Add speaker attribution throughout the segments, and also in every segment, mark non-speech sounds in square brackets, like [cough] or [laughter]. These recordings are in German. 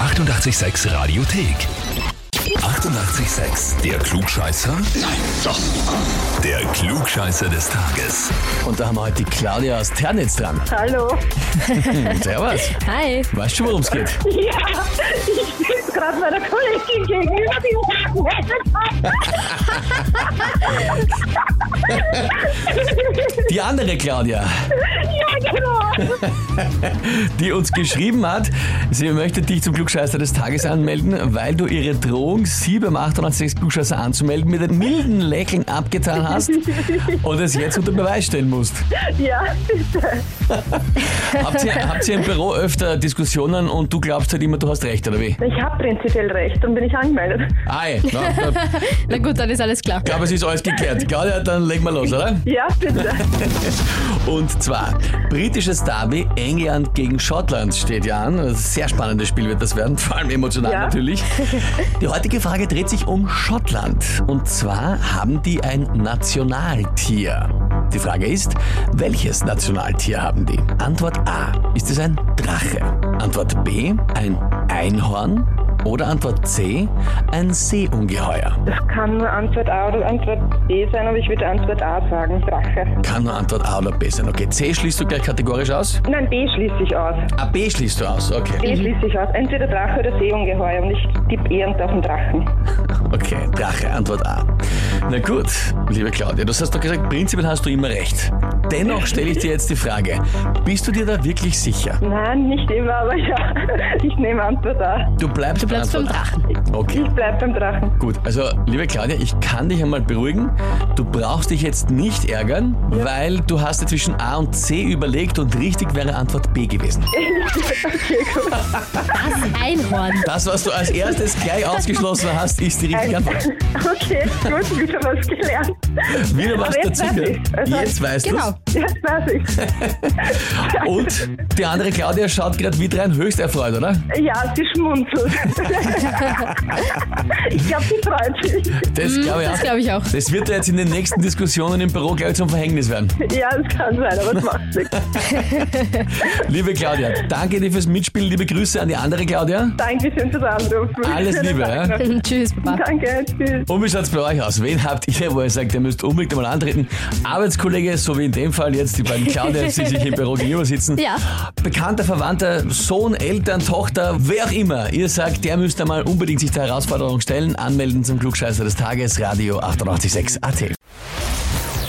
Speaker 1: 886 Radiothek. 88,6. Der Klugscheißer? Nein, doch. Der Klugscheißer des Tages.
Speaker 2: Und da haben wir heute die Claudia aus Ternitz dran.
Speaker 3: Hallo. [laughs]
Speaker 2: Servus.
Speaker 4: Hi.
Speaker 2: Weißt schon, worum es geht?
Speaker 3: Ja, ich sitze gerade meiner Kollegin gegenüber, die sagt, nein.
Speaker 2: Die andere Claudia,
Speaker 3: [laughs] Ja, genau.
Speaker 2: die uns geschrieben hat, sie möchte dich zum Klugscheißer des Tages anmelden, weil du ihre Drohung, sie beim 886 Klugscheißer anzumelden, mit einem milden Lächeln abgetan hast und es jetzt unter Beweis stellen musst.
Speaker 3: Ja, bitte.
Speaker 2: Habt ihr, habt ihr im Büro öfter Diskussionen und du glaubst halt immer, du hast recht, oder wie?
Speaker 3: Ich habe prinzipiell recht, dann bin ich angemeldet.
Speaker 2: Ei, na, na,
Speaker 4: [laughs] Na gut, dann ist alles klar.
Speaker 2: ich glaube, es ist alles geklärt. Claudia, dann legen wir los, oder?
Speaker 3: Ja, bitte.
Speaker 2: Und zwar britisches Derby, England gegen Schottland steht ja an. Ein sehr spannendes Spiel wird das werden, [laughs] vor allem emotional
Speaker 3: Ja.
Speaker 2: natürlich. Die heutige Frage dreht sich um Schottland. Und zwar haben die ein Nationaltier. Die Frage ist, welches Nationaltier haben die? Antwort A, ist es ein Drache? Antwort B, ein Einhorn? Oder Antwort C, ein Seeungeheuer?
Speaker 3: Das kann nur Antwort A oder Antwort B sein, aber ich würde Antwort A sagen. Drache.
Speaker 2: Kann nur Antwort A oder B sein. Okay, C schließt du gleich kategorisch aus?
Speaker 3: Nein, B schließe ich aus.
Speaker 2: Ah, B schließt du aus, okay.
Speaker 3: B schließe ich aus. Entweder Drache oder Seeungeheuer und ich tippe eher auf den Drachen.
Speaker 2: Okay, Drache, Antwort A. Na gut, liebe Claudia, das hast du gesagt, prinzipiell hast du immer recht. Dennoch stelle ich dir jetzt die Frage, bist du dir da wirklich sicher?
Speaker 3: Nein, nicht immer, aber ja. Ich nehme Antwort A.
Speaker 2: Du bleibst, du
Speaker 4: bleibst beim
Speaker 2: Drachen. Okay,
Speaker 3: Ich bleibe beim Drachen.
Speaker 2: gut. Also, liebe Claudia, ich kann dich einmal beruhigen. Du brauchst dich jetzt nicht ärgern, weil du hast dir zwischen A und C überlegt und richtig wäre Antwort B gewesen.
Speaker 4: Das Einhorn.
Speaker 2: Das, was du als erstes gleich ausgeschlossen hast, ist die richtige Antwort.
Speaker 3: [laughs] Okay, gut, wieder was gelernt.
Speaker 2: Wieder was
Speaker 3: Aber jetzt
Speaker 2: dazu.
Speaker 3: weiß ich's. Also,
Speaker 2: Jetzt weißt du
Speaker 4: Genau.
Speaker 3: Jetzt weiß ich.
Speaker 2: Und die andere Claudia schaut gerade wieder rein, höchst erfreut, oder?
Speaker 3: Ja, sie
Speaker 2: [laughs]
Speaker 3: schmunzelt. ich glaube, sie freut sich.
Speaker 2: Das glaube ich,
Speaker 4: Mhm, Das
Speaker 2: auch.
Speaker 4: glaube ich auch.
Speaker 2: Das wird ja jetzt in den nächsten Diskussionen im Büro gleich zum Verhängnis werden.
Speaker 3: Ja, es kann sein, aber es macht nichts.
Speaker 2: Liebe Claudia, danke dir fürs Mitspielen. Liebe Grüße an die andere Claudia.
Speaker 3: Dankeschön fürs Anrufen.
Speaker 2: Alles
Speaker 3: Schönen
Speaker 2: Liebe,
Speaker 3: Tag
Speaker 2: ja.
Speaker 3: noch.
Speaker 4: [laughs] Tschüss, Papa.
Speaker 3: Danke, tschüss.
Speaker 2: Und wie schaut's bei euch aus? Wen habt ihr, wo ihr sagt, ihr müsst unbedingt einmal antreten? Arbeitskollege, so wie in dem Fall jetzt die beiden Claudias, die sich im Büro gegenüber sitzen.
Speaker 4: Ja.
Speaker 2: Bekannter, Verwandter, Sohn, Eltern, Tochter, wer auch immer. Ihr sagt, der müsst einmal unbedingt sich der Herausforderung stellen. Anmelden zum Klugscheißer des Tages, Radio 886 AT.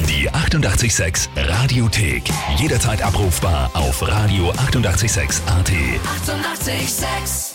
Speaker 1: Die 88,6 Radiothek. Jederzeit abrufbar auf radio886.at. 88,6.
Speaker 5: Eighty-eight, sex.